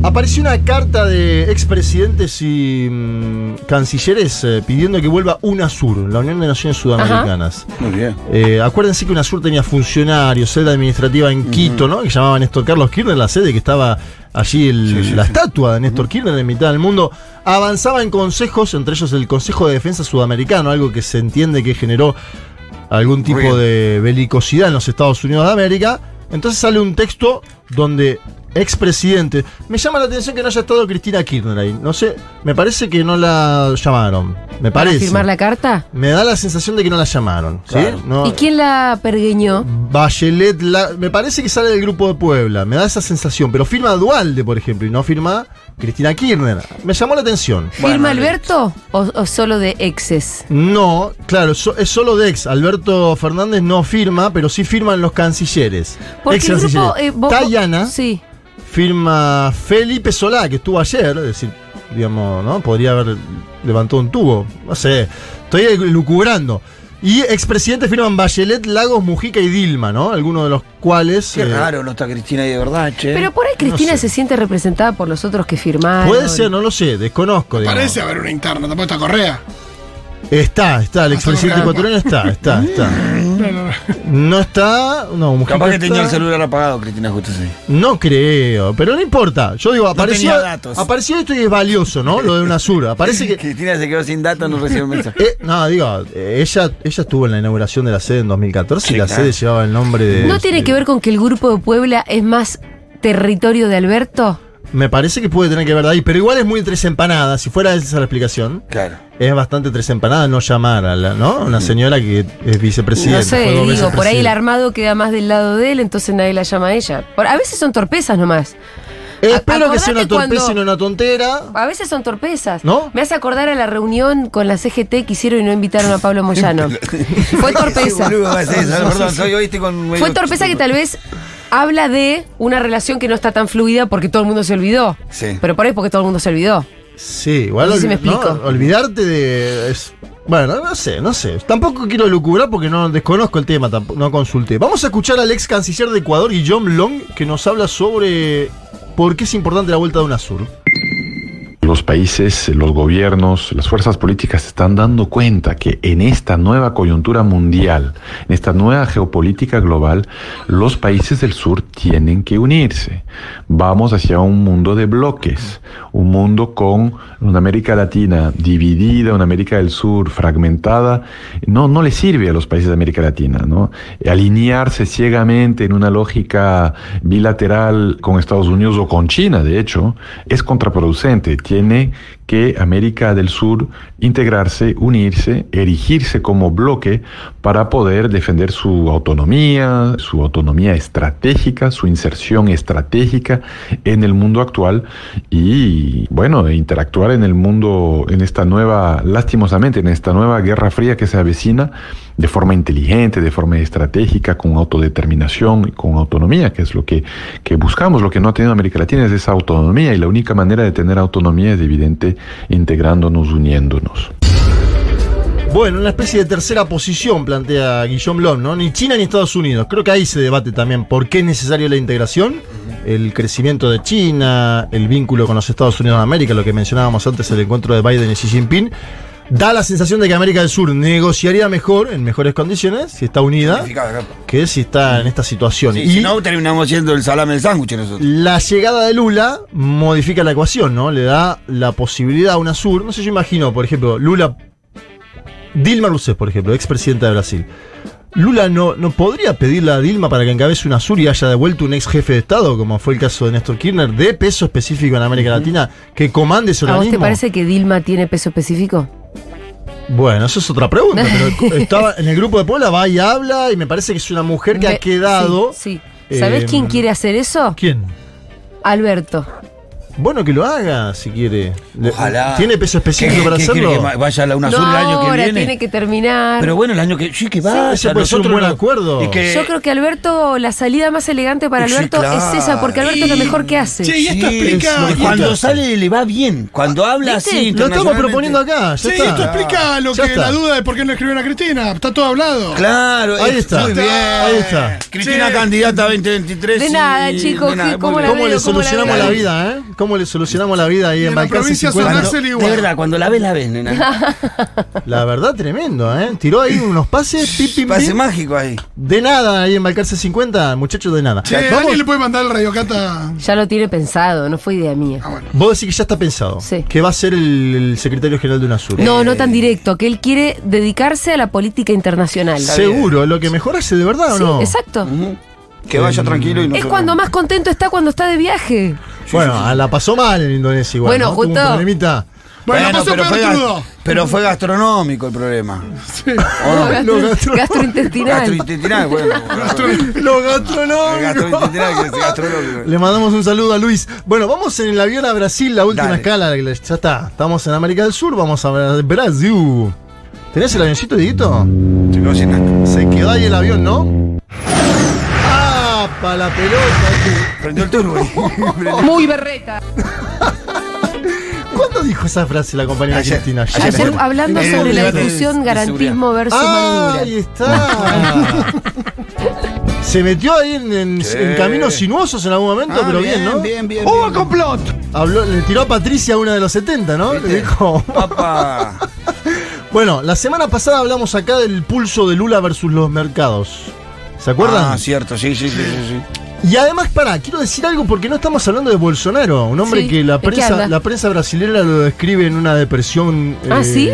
Speaker 3: Apareció una carta de expresidentes y mm, cancilleres eh, pidiendo que vuelva UNASUR, la Unión de Naciones Sudamericanas.
Speaker 4: Muy bien.
Speaker 3: Eh, acuérdense que UNASUR tenía funcionarios, sede administrativa en Quito, ¿no? Que llamaban Néstor Carlos Kirchner, la sede que estaba allí el- la estatua de Néstor Kirchner en mitad del mundo. Avanzaba en consejos, entre ellos el Consejo de Defensa Sudamericano, algo que se entiende que generó algún tipo
Speaker 4: Ruido.
Speaker 3: de belicosidad en los Estados Unidos de América. Entonces sale un texto donde expresidente. Me llama la atención que no haya estado Cristina Kirchner ahí. No sé, me parece que no la llamaron. Me
Speaker 2: ¿Para
Speaker 3: parece.
Speaker 2: firmar la carta?
Speaker 3: Me da la sensación de que no la llamaron. ¿sí?
Speaker 4: Claro.
Speaker 3: No-
Speaker 2: ¿Y quién la pergueñó?
Speaker 3: Bachelet, la- me parece que sale del grupo de Puebla, me da esa sensación, pero firma Dualde, por ejemplo, y no firma Cristina Kirchner. Me llamó la atención.
Speaker 2: ¿Firma
Speaker 4: Bueno,
Speaker 2: Alberto o, o solo de exes?
Speaker 3: No, claro, so- es solo Dex. Alberto Fernández no firma, pero sí firman los cancilleres.
Speaker 2: Porque el
Speaker 3: Ex-cancilleres.
Speaker 2: grupo... eh, vos-
Speaker 3: Tayana
Speaker 2: Sí.
Speaker 3: firma Felipe Solá, que estuvo ayer, es decir, digamos, ¿no? Podría haber levantado un tubo, no sé, estoy lucubrando. Y expresidentes firman Bachelet, Lagos, Mujica y Dilma, ¿no? Algunos de los cuales...
Speaker 4: Qué
Speaker 3: eh,
Speaker 4: raro no está Cristina ahí de verdad, che.
Speaker 2: Pero por ahí Cristina se siente representada por los otros que firmaron.
Speaker 3: Puede ser, no lo sé, desconozco. digamos.
Speaker 5: Parece haber una interna, tampoco está Correa.
Speaker 3: Está, está,
Speaker 2: Ah,
Speaker 3: el expresidente
Speaker 5: Pasamos
Speaker 3: ecuatoriano está, está, está. No está, no, mujer.
Speaker 4: Capaz que tenía el celular apagado, Cristina, justo así.
Speaker 3: No creo, pero no importa. Yo digo, apareció,
Speaker 4: tenía datos.
Speaker 3: apareció esto y es valioso, ¿no? Lo de una sura. Parece que.
Speaker 4: Cristina se quedó sin datos, no recibió mensaje.
Speaker 3: eh, no, digo, eh, ella, ella estuvo en la inauguración de la sede en 2014 y
Speaker 4: Sí,
Speaker 3: la
Speaker 4: claro.
Speaker 3: sede llevaba el nombre de. este,
Speaker 2: ¿No tiene que ver con que el grupo de Puebla es más territorio de Alberto?
Speaker 3: Me parece que puede tener que ver de ahí, pero igual es muy tres empanadas. Si fuera esa la explicación,
Speaker 4: Claro.
Speaker 3: es bastante tres empanadas no llamar a la, ¿no? Una señora que es vicepresidenta.
Speaker 2: no sé,
Speaker 3: fue dos veces
Speaker 2: digo, por ahí el
Speaker 3: presidenta.
Speaker 2: armado queda más del lado de él, entonces nadie la llama a ella. Por- a veces son torpezas nomás.
Speaker 3: Eh, Espero que sea una
Speaker 2: Acordate cuando-
Speaker 3: torpeza y no una tontera.
Speaker 2: A veces son torpezas.
Speaker 3: ¿No?
Speaker 2: Me hace acordar a la reunión con la CGT que hicieron y no invitaron a Pablo Moyano. Fue torpeza.
Speaker 4: Ah, Sí, boludo, va a ser eso. Perdón, soy hoy estoy con.
Speaker 2: Fue torpeza que tal vez habla de una relación que no está tan fluida porque todo el mundo se olvidó.
Speaker 4: Sí.
Speaker 2: Pero por ahí es porque todo el mundo se olvidó.
Speaker 3: Sí, igual
Speaker 2: No sé si me
Speaker 3: olvi- ¿no?
Speaker 2: explico.
Speaker 3: olvidarte de. es- bueno, no sé, no sé. Tampoco quiero lucubrar porque no desconozco el tema, tampo- no consulté. Vamos a escuchar al ex canciller de Ecuador, Guillaume Long, que nos habla sobre por qué es importante la vuelta de UNASUR.
Speaker 8: Los países, los gobiernos, las fuerzas políticas se están dando cuenta que en esta nueva coyuntura mundial, en esta nueva geopolítica global, los países del sur tienen que unirse. Vamos hacia un mundo de bloques, un mundo con una América Latina dividida, una América del Sur fragmentada. No, no le sirve a los países de América Latina, ¿no? Alinearse ciegamente en una lógica bilateral con Estados Unidos o con China, de hecho, es contraproducente. Tiene que América del Sur integrarse, unirse, erigirse como bloque para poder defender su autonomía, su autonomía estratégica, su inserción estratégica en el mundo actual y, bueno, interactuar en el mundo, en esta nueva, lastimosamente, en esta nueva guerra fría que se avecina de forma inteligente, de forma estratégica, con autodeterminación y con autonomía, que es lo que, que buscamos, lo que no ha tenido América Latina es esa autonomía y la única manera de tener autonomía es evidente integrándonos, uniéndonos.
Speaker 3: Bueno, una especie de tercera posición plantea Guillaume Lom, ¿no? Ni China ni Estados Unidos. Creo que ahí se debate también por qué es necesario la integración, el crecimiento de China, el vínculo con los Estados Unidos de América, lo que mencionábamos antes, el encuentro de Biden y Xi Jinping. Da la sensación de que América del Sur negociaría mejor, en mejores condiciones, si está unida, que si está en esta situación.
Speaker 4: Sí,
Speaker 3: y
Speaker 4: si no, terminamos yendo el salame del sándwich nosotros.
Speaker 3: la llegada de Lula modifica la ecuación, ¿no? Le da la posibilidad a UNASUR. No sé, yo imagino, por ejemplo, Lula. Dilma Rousseff, por ejemplo, expresidenta de Brasil. Lula no, no podría pedirle a Dilma para que encabece UNASUR y haya devuelto un ex jefe de Estado, como fue el caso de Néstor Kirchner, de peso específico en América Latina, que comande
Speaker 2: ¿A
Speaker 3: ese
Speaker 2: vos
Speaker 3: organismo.
Speaker 2: te parece que Dilma tiene peso específico?
Speaker 3: Bueno, eso es otra pregunta, pero estaba en el grupo de Puebla, va y habla, y me parece que es una mujer que
Speaker 2: Me-
Speaker 3: ha quedado.
Speaker 2: Sí. sí. ¿Sabés
Speaker 3: eh,
Speaker 2: quién quiere hacer eso?
Speaker 3: ¿Quién?
Speaker 2: Alberto.
Speaker 3: Bueno, que lo haga, si quiere. Le-
Speaker 4: Ojalá.
Speaker 3: ¿Tiene peso específico
Speaker 4: ¿Qué-
Speaker 3: para
Speaker 4: qué
Speaker 3: hacerlo?
Speaker 4: quiere que ma- vaya a la UNASUR
Speaker 2: no,
Speaker 4: el año que
Speaker 2: ahora
Speaker 4: viene.
Speaker 2: tiene que terminar.
Speaker 4: Pero bueno, el año que. Sí, que vaya.
Speaker 3: ese puede ser un
Speaker 4: nosotros
Speaker 3: buen
Speaker 4: no-
Speaker 3: acuerdo.
Speaker 4: Y que-
Speaker 2: Yo creo que Alberto, la salida más elegante para
Speaker 4: Sí,
Speaker 2: Alberto
Speaker 4: claro.
Speaker 2: es esa, porque Alberto es lo mejor que hace.
Speaker 5: Sí, y esto
Speaker 4: Sí,
Speaker 5: explica.
Speaker 4: es lo
Speaker 5: y-
Speaker 4: que Cuando sale le va bien. Cuando habla
Speaker 2: ¿Viste?
Speaker 4: así.
Speaker 3: Lo estamos
Speaker 4: internacionalmente.
Speaker 3: proponiendo acá. Ya
Speaker 5: Sí,
Speaker 3: está.
Speaker 5: esto explica lo
Speaker 3: Ya
Speaker 5: que
Speaker 3: está.
Speaker 5: la duda de por qué no escribieron a Cristina. Está todo hablado.
Speaker 4: Claro,
Speaker 3: Ahí
Speaker 4: es-
Speaker 3: está.
Speaker 4: Muy bien.
Speaker 3: Ahí está.
Speaker 4: Cristina
Speaker 5: Sí.
Speaker 4: candidata 2023.
Speaker 2: De
Speaker 4: y-
Speaker 2: nada, chicos,
Speaker 4: de nada,
Speaker 2: ¿cómo
Speaker 4: muy
Speaker 2: la
Speaker 4: bien.
Speaker 2: veo, cómo
Speaker 3: ¿Cómo le
Speaker 2: la
Speaker 3: solucionamos
Speaker 2: veo.
Speaker 3: la vida, eh? ¿Cómo le solucionamos la vida ahí
Speaker 5: Y
Speaker 3: en
Speaker 5: en la
Speaker 3: Balcarce
Speaker 5: provincia
Speaker 3: 50?
Speaker 5: San Axel y-
Speaker 4: De verdad, cuando la ves, la ves, nena.
Speaker 3: La verdad, tremendo, ¿eh? Tiró ahí unos pases, pim, pim,
Speaker 4: Pase
Speaker 3: pim.
Speaker 4: mágico ahí.
Speaker 3: De nada ahí en Balcarce 50, muchachos, de nada.
Speaker 5: Che,
Speaker 3: Vamos,
Speaker 5: ¿alguien le puede mandar el radiocata?
Speaker 2: Ya lo tiene pensado, no fue idea mía.
Speaker 5: Ah, bueno.
Speaker 3: vos decís que ya está pensado.
Speaker 2: Sí.
Speaker 3: Que va a ser el, el secretario general de UNASUR. Eh,
Speaker 2: No, no tan directo, que él quiere dedicarse a la política internacional.
Speaker 3: Seguro, lo que mejor hace de verdad o
Speaker 2: Sí,
Speaker 3: no.
Speaker 2: exacto.
Speaker 4: Que vaya tranquilo y no
Speaker 2: Es cuando más contento está cuando está de viaje.
Speaker 3: Bueno, a la pasó mal en Indonesia igual.
Speaker 2: Bueno,
Speaker 3: ¿no? Tuvo un
Speaker 2: justo-
Speaker 3: problemita.
Speaker 5: Bueno, pasó
Speaker 4: pero fue,
Speaker 5: Bertudo.
Speaker 4: gas- pero fue gastronómico el problema. ¿O Ah, no?
Speaker 2: Gastro-
Speaker 3: gastro-
Speaker 2: gastrointestinal.
Speaker 4: Gastrointestinal, bueno.
Speaker 3: Lo gastronómico.
Speaker 4: Gastrointestinal, que es gastronómico.
Speaker 3: Le mandamos un saludo a Luis. Bueno, vamos en el avión a Brasil, la última
Speaker 4: Dale.
Speaker 3: escala. que la- Ya está. Estamos en América del Sur, vamos a Bra- Brasil. ¿Tenés el avioncito, Dieguito?
Speaker 4: Chicos, sin nada.
Speaker 3: Se quedó ahí el avión, ¿no? ¡Ah! Para la pelota.
Speaker 4: Prendió el turbo.
Speaker 2: Muy berreta.
Speaker 3: ¿Cuándo dijo esa frase la compañera
Speaker 4: Ayer.
Speaker 3: Cristina?
Speaker 4: Ayer.
Speaker 2: Ayer
Speaker 4: Ayer,
Speaker 2: hablando
Speaker 4: eh,
Speaker 2: sobre la
Speaker 4: debate de-
Speaker 2: discusión
Speaker 4: de
Speaker 2: garantismo versus
Speaker 3: ¡Ah!
Speaker 2: Maduro.
Speaker 3: Ahí está. Se metió ahí en, en-
Speaker 4: Sí.
Speaker 3: en caminos sinuosos en algún momento,
Speaker 4: Ah,
Speaker 3: pero bien, ¿no? Uh,
Speaker 4: Bien, bien.
Speaker 5: ¡Hubo
Speaker 4: bien.
Speaker 5: complot!
Speaker 3: Habló, le tiró a Patricia una de los 70, ¿no? Le
Speaker 4: ¿Viste?
Speaker 3: dijo,
Speaker 4: Papá.
Speaker 3: Bueno, la semana pasada hablamos acá del pulso de Lula versus los mercados. ¿Se acuerdan?
Speaker 4: Ah, cierto, sí, sí, sí, sí. sí.
Speaker 3: Y además, pará, quiero decir algo porque no estamos hablando de Bolsonaro, un hombre
Speaker 2: Sí,
Speaker 3: que la
Speaker 2: ¿de qué
Speaker 3: prensa,
Speaker 2: habla?
Speaker 3: la prensa brasileña lo describe en una depresión. eh,
Speaker 2: Ah, ¿sí?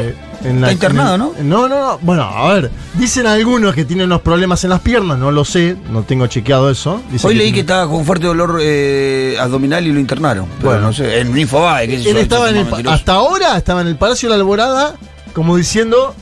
Speaker 3: en
Speaker 4: Está internado,
Speaker 3: en- No,
Speaker 4: ¿no?
Speaker 3: no, no. Bueno, a ver, dicen algunos que tienen unos problemas en las piernas, no lo sé, no tengo chequeado eso. Dicen
Speaker 4: Hoy leí que
Speaker 3: tiene-
Speaker 4: estaba con fuerte dolor eh, abdominal y lo internaron. Pero
Speaker 3: Bueno.
Speaker 4: no sé, en un infobae, qué sé yo,
Speaker 3: Él estaba en el, pa-
Speaker 4: mentiroso.
Speaker 3: hasta ahora estaba en el Palacio de la Alborada, como diciendo,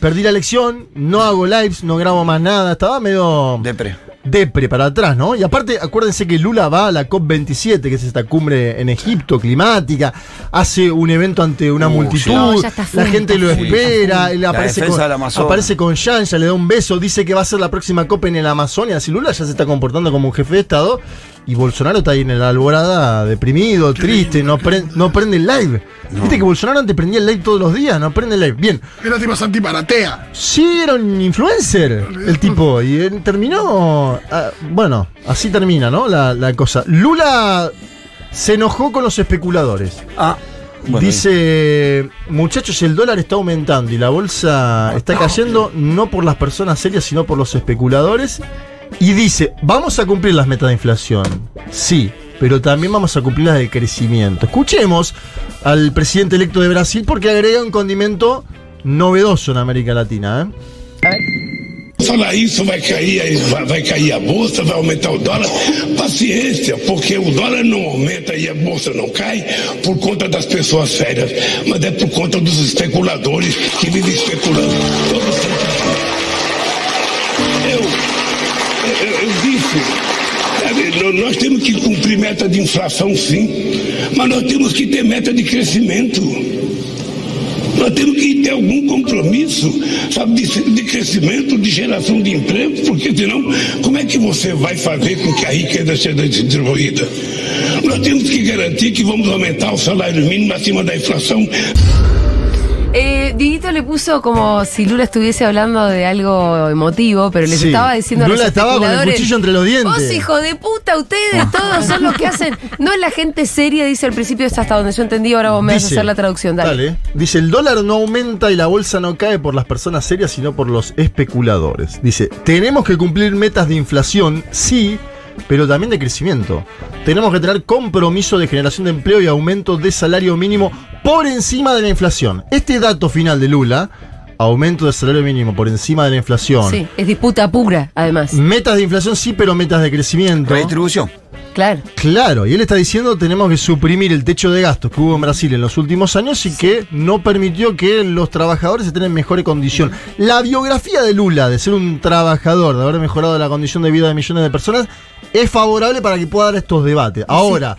Speaker 3: perdí la elección, no hago lives, no grabo más nada, estaba medio...
Speaker 4: Depre.
Speaker 3: depre para atrás, ¿no? Y aparte, acuérdense que Lula va a la COP27, que es esta cumbre en Egipto climática, hace un evento ante una
Speaker 4: Uh,
Speaker 3: multitud,
Speaker 2: No, ya está full,
Speaker 3: la gente
Speaker 2: está
Speaker 3: lo
Speaker 2: full, está
Speaker 3: espera,
Speaker 2: full.
Speaker 3: él
Speaker 4: La
Speaker 3: aparece,
Speaker 4: defensa del
Speaker 3: con,
Speaker 4: Amazonas.
Speaker 3: aparece con Yancha, le da un beso, dice que va a ser la próxima COP en el Amazonia, si Lula ya se está comportando como un jefe de Estado, y Bolsonaro está ahí en la alborada, deprimido, triste, no, pre- no prende el live. Viste que Bolsonaro antes prendía el live todos los días, no prende el live. Bien,
Speaker 5: Era tipo Santi Maratea.
Speaker 3: Sí, era un influencer el tipo. Y él terminó. ah, bueno, así termina, ¿no? La, la cosa. Lula se enojó con los especuladores.
Speaker 4: Ah, bueno,
Speaker 3: Dice, muchachos, el dólar está aumentando y la bolsa está cayendo no por las personas serias, sino por los especuladores. Y dice, vamos a cumplir las metas de inflación. Sí, pero también vamos a cumplir las de crecimiento. Escuchemos al presidente electo de Brasil porque agrega un condimento novedoso en América Latina. ¿eh?
Speaker 9: Falar isso vai cair, aí vai, vai cair a bolsa, vai aumentar o dólar. Paciência, porque o dólar não aumenta e a bolsa não cai por conta das pessoas sérias, mas é por conta dos especuladores que vivem especulando todo santo dia. Eu, eu, eu disse. sabe, no- É, Nós temos que cumprir meta de inflação, sim, mas nós temos que ter meta de crescimento. Nós temos que ter algum compromisso, sabe, de, de crescimento, de geração de emprego, porque senão, como é que você vai fazer com que a riqueza seja distribuída? Nós temos que garantir que vamos aumentar o salário mínimo acima da inflação.
Speaker 2: Eh, Dieguito le puso como si Lula estuviese hablando de algo emotivo, pero les
Speaker 3: Sí.
Speaker 2: estaba diciendo a
Speaker 3: Lula
Speaker 2: los
Speaker 3: estaba con el
Speaker 2: especuladores,
Speaker 3: cuchillo entre los dientes.
Speaker 2: Vos, hijo de puta, ustedes todos son los que hacen. No es la gente seria, dice al principio, es hasta donde yo entendí, ahora vos me vas a
Speaker 3: Dice-
Speaker 2: hacer la traducción. Dale.
Speaker 3: Dice, el dólar no aumenta y la bolsa no cae por las personas serias, sino por los especuladores. Dice, tenemos que cumplir metas de inflación, sí, pero también de crecimiento. Tenemos que tener compromiso de generación de empleo y aumento de salario mínimo por encima de la inflación. Este dato final de Lula, aumento de salario mínimo por encima de la inflación.
Speaker 2: Sí, es disputa pura, además.
Speaker 3: Metas de inflación sí, pero metas de crecimiento.
Speaker 4: Redistribución.
Speaker 2: Claro.
Speaker 3: Claro, y él está diciendo tenemos que suprimir el techo de gastos que hubo en Brasil en los últimos años y que no permitió que los trabajadores estén en mejor condición. La biografía de Lula, de ser un trabajador, de haber mejorado la condición de vida de millones de personas, es favorable para que pueda dar estos debates. Ahora,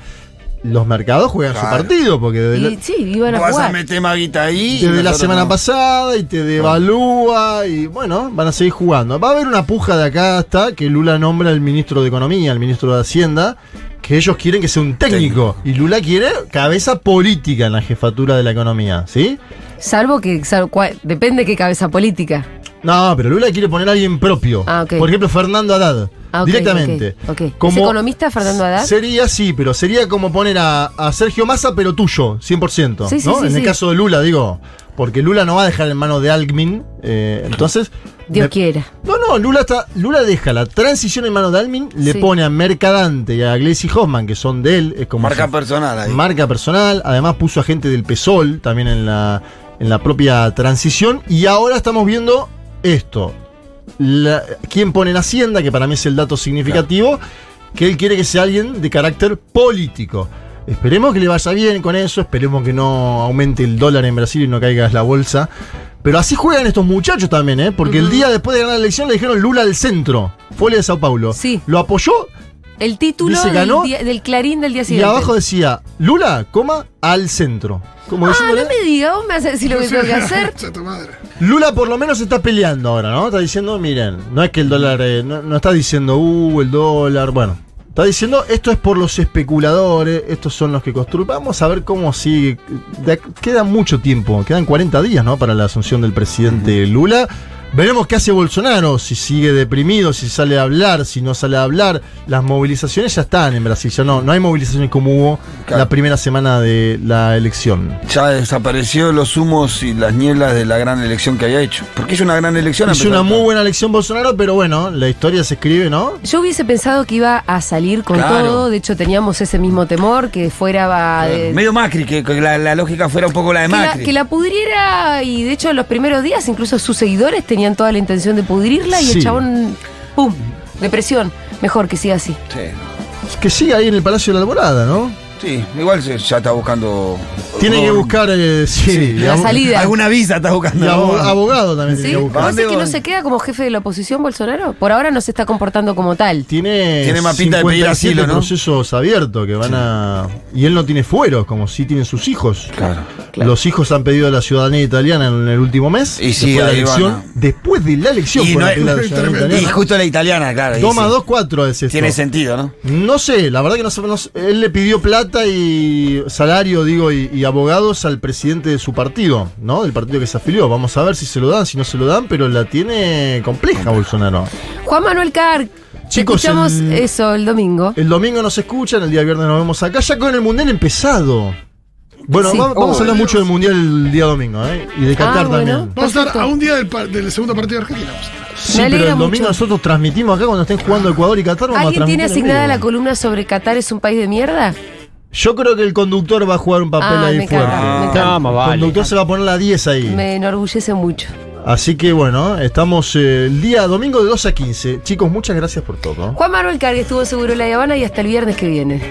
Speaker 3: los mercados juegan su
Speaker 4: Claro.
Speaker 3: partido, porque desde la-
Speaker 2: Y sí, iban a
Speaker 4: Vas a
Speaker 2: jugar.
Speaker 4: meter maguita ahí. y
Speaker 3: desde la
Speaker 4: nosotros
Speaker 3: semana
Speaker 4: no.
Speaker 3: pasada y te devalúa y bueno, van a seguir jugando. Va a haber una puja de acá hasta que Lula nombra al ministro de Economía, al ministro de Hacienda, que ellos quieren que sea un técnico. Y Lula quiere cabeza política en la jefatura de la economía, ¿sí?
Speaker 2: Salvo que. salvo cua- depende qué cabeza política.
Speaker 3: No, pero Lula quiere poner a alguien propio.
Speaker 2: Ah, ok.
Speaker 3: Por ejemplo, Fernando Haddad.
Speaker 2: Ah, ok,
Speaker 3: directamente.
Speaker 2: ok, ok. ¿Es economista Fernando Haddad?
Speaker 3: Sería, sí, pero sería como poner a, a Sergio Massa, pero tuyo, 100%.
Speaker 2: Sí, sí,
Speaker 3: ¿no?
Speaker 2: sí,
Speaker 3: en el
Speaker 2: sí.
Speaker 3: caso de Lula, digo. Porque Lula no va a dejar en manos de Almin. eh, entonces.
Speaker 2: Dios
Speaker 3: me-
Speaker 2: quiera.
Speaker 3: No, no, Lula, está, Lula deja la transición en manos de Almin, le
Speaker 2: Sí.
Speaker 3: pone a Mercadante y a Glacy Hoffman, que son de él. Es como
Speaker 4: Marca
Speaker 3: si-
Speaker 4: personal ahí.
Speaker 3: Marca personal, además puso a gente del PSOL también en la, en la propia transición. Y ahora estamos viendo esto. La- ¿Quién pone en Hacienda? Que para mí es el dato significativo. Que él quiere que sea alguien de carácter político. Esperemos que le vaya bien con eso. Esperemos que no aumente el dólar en Brasil y no caiga la bolsa. Pero así juegan estos muchachos también, ¿eh? Porque el día después de ganar la elección le dijeron Lula al centro. Fue el de Sao Paulo.
Speaker 2: Sí.
Speaker 3: Lo apoyó
Speaker 2: El título
Speaker 3: Dice,
Speaker 2: del,
Speaker 3: ganó.
Speaker 2: día- del clarín del día
Speaker 3: y
Speaker 2: siguiente.
Speaker 3: abajo decía Lula, coma, al centro. Como
Speaker 2: Ah,
Speaker 3: diciéndole,
Speaker 2: no me digas, vos me vas a decir lo que tengo que hacer.
Speaker 5: Pucha, tu madre.
Speaker 3: Lula por lo menos está peleando ahora, ¿no? Está diciendo, miren, no es que el dólar, eh, no, no está diciendo, uh, el dólar, bueno. Está diciendo, esto es por los especuladores, estos son los que construyen. Vamos a ver cómo sigue. De- queda mucho tiempo, quedan 40 días, ¿no? Para la asunción del presidente Lula. Veremos qué hace Bolsonaro, si sigue deprimido, si sale a hablar, si no sale a hablar. Las movilizaciones ya están en Brasil, ya no, no hay movilizaciones como hubo
Speaker 4: Claro.
Speaker 3: la primera semana de la elección.
Speaker 4: Ya desapareció los humos y las nieblas de la gran elección que había hecho. Porque es una gran elección. a
Speaker 3: Hizo
Speaker 4: pesar
Speaker 3: una
Speaker 4: de
Speaker 3: muy
Speaker 4: todo.
Speaker 3: buena elección Bolsonaro, pero bueno, la historia se escribe, ¿no?
Speaker 2: Yo hubiese pensado que iba a salir con
Speaker 4: Claro.
Speaker 2: todo, de hecho teníamos ese mismo temor, que fuera va, de-
Speaker 4: Medio Macri, que, que la, la lógica fuera un poco la de
Speaker 2: que, la,
Speaker 4: Macri.
Speaker 2: que la pudriera y de hecho los primeros días incluso sus seguidores tenían toda la intención de pudrirla y
Speaker 3: Sí.
Speaker 2: el chabón, ¡pum!, depresión. Mejor que siga así.
Speaker 4: Sí.
Speaker 3: Que siga ahí en el Palacio de la Alborada, ¿no?
Speaker 4: Sí, igual se- ya está buscando.
Speaker 3: Tiene que
Speaker 4: un-
Speaker 3: buscar, eh, sí, y
Speaker 2: La
Speaker 3: abo-
Speaker 2: salida.
Speaker 4: Alguna visa está
Speaker 3: y
Speaker 4: buscando.
Speaker 3: abo- abogado también
Speaker 2: ¿Sí?
Speaker 3: tiene que buscar.
Speaker 2: ¿Vos decís que no
Speaker 4: van?
Speaker 2: se queda como jefe de la oposición Bolsonaro? Por ahora no se está comportando como tal.
Speaker 3: Tiene,
Speaker 4: Tiene más pinta de pedir
Speaker 3: 57
Speaker 4: asilo, ¿no?
Speaker 3: procesos abiertos que van a... Y él no tiene fueros, como sí tienen sus hijos.
Speaker 4: Claro.
Speaker 3: Los hijos han pedido la ciudadanía italiana en el último mes.
Speaker 4: Y sí,
Speaker 3: después, de la
Speaker 4: ahí van
Speaker 3: elección,
Speaker 4: a-
Speaker 3: después de la elección.
Speaker 4: Y,
Speaker 3: fueron
Speaker 4: no
Speaker 3: a
Speaker 4: es-
Speaker 3: pedir la ciudadanía
Speaker 4: y
Speaker 3: italiana.
Speaker 4: justo la italiana, claro. y
Speaker 3: Toma
Speaker 4: sí.
Speaker 3: 2-4 es esto.
Speaker 4: Tiene sentido, ¿no?
Speaker 3: No sé, la verdad que no sé. no sé. él le pidió plata y salario, digo, y, y abogados al presidente de su partido, ¿no? Del partido que se afilió. Vamos a ver si se lo dan, si no se lo dan, pero la tiene compleja Bolsonaro.
Speaker 2: Juan Manuel Carr, te
Speaker 3: Chicos,
Speaker 2: escuchamos
Speaker 3: el-
Speaker 2: eso el domingo.
Speaker 3: El domingo nos escuchan, el día viernes nos vemos acá, ya con el mundial empezado. Bueno,
Speaker 2: Sí.
Speaker 3: va- vamos a hablar mucho del mundial el día domingo, ¿eh? Y de Qatar
Speaker 2: Ah, bueno.
Speaker 3: también.
Speaker 5: Vamos a estar
Speaker 2: Perfecto.
Speaker 5: a un día del, par- del segundo partido de Argentina. vamos a estar.
Speaker 2: Me
Speaker 3: Sí, pero
Speaker 2: alegra
Speaker 3: el domingo
Speaker 2: mucho.
Speaker 3: nosotros transmitimos acá cuando estén jugando Ecuador y Qatar. Vamos a
Speaker 2: ¿Alguien tiene
Speaker 3: transmitir en
Speaker 2: asignada
Speaker 3: vivo.
Speaker 2: la columna sobre Qatar es un país de mierda?
Speaker 3: Yo creo que el conductor va a jugar un papel
Speaker 2: Ah,
Speaker 3: ahí
Speaker 2: me
Speaker 3: fuerte.
Speaker 2: encanta, me
Speaker 3: El
Speaker 2: encanta.
Speaker 3: conductor se va a poner la 10 ahí.
Speaker 2: Me enorgullece mucho.
Speaker 3: Así que bueno, estamos eh, el día domingo de 2 a 15. Chicos, muchas gracias por todo.
Speaker 2: Juan Manuel Cargue estuvo seguro en La Habana y hasta el viernes que viene.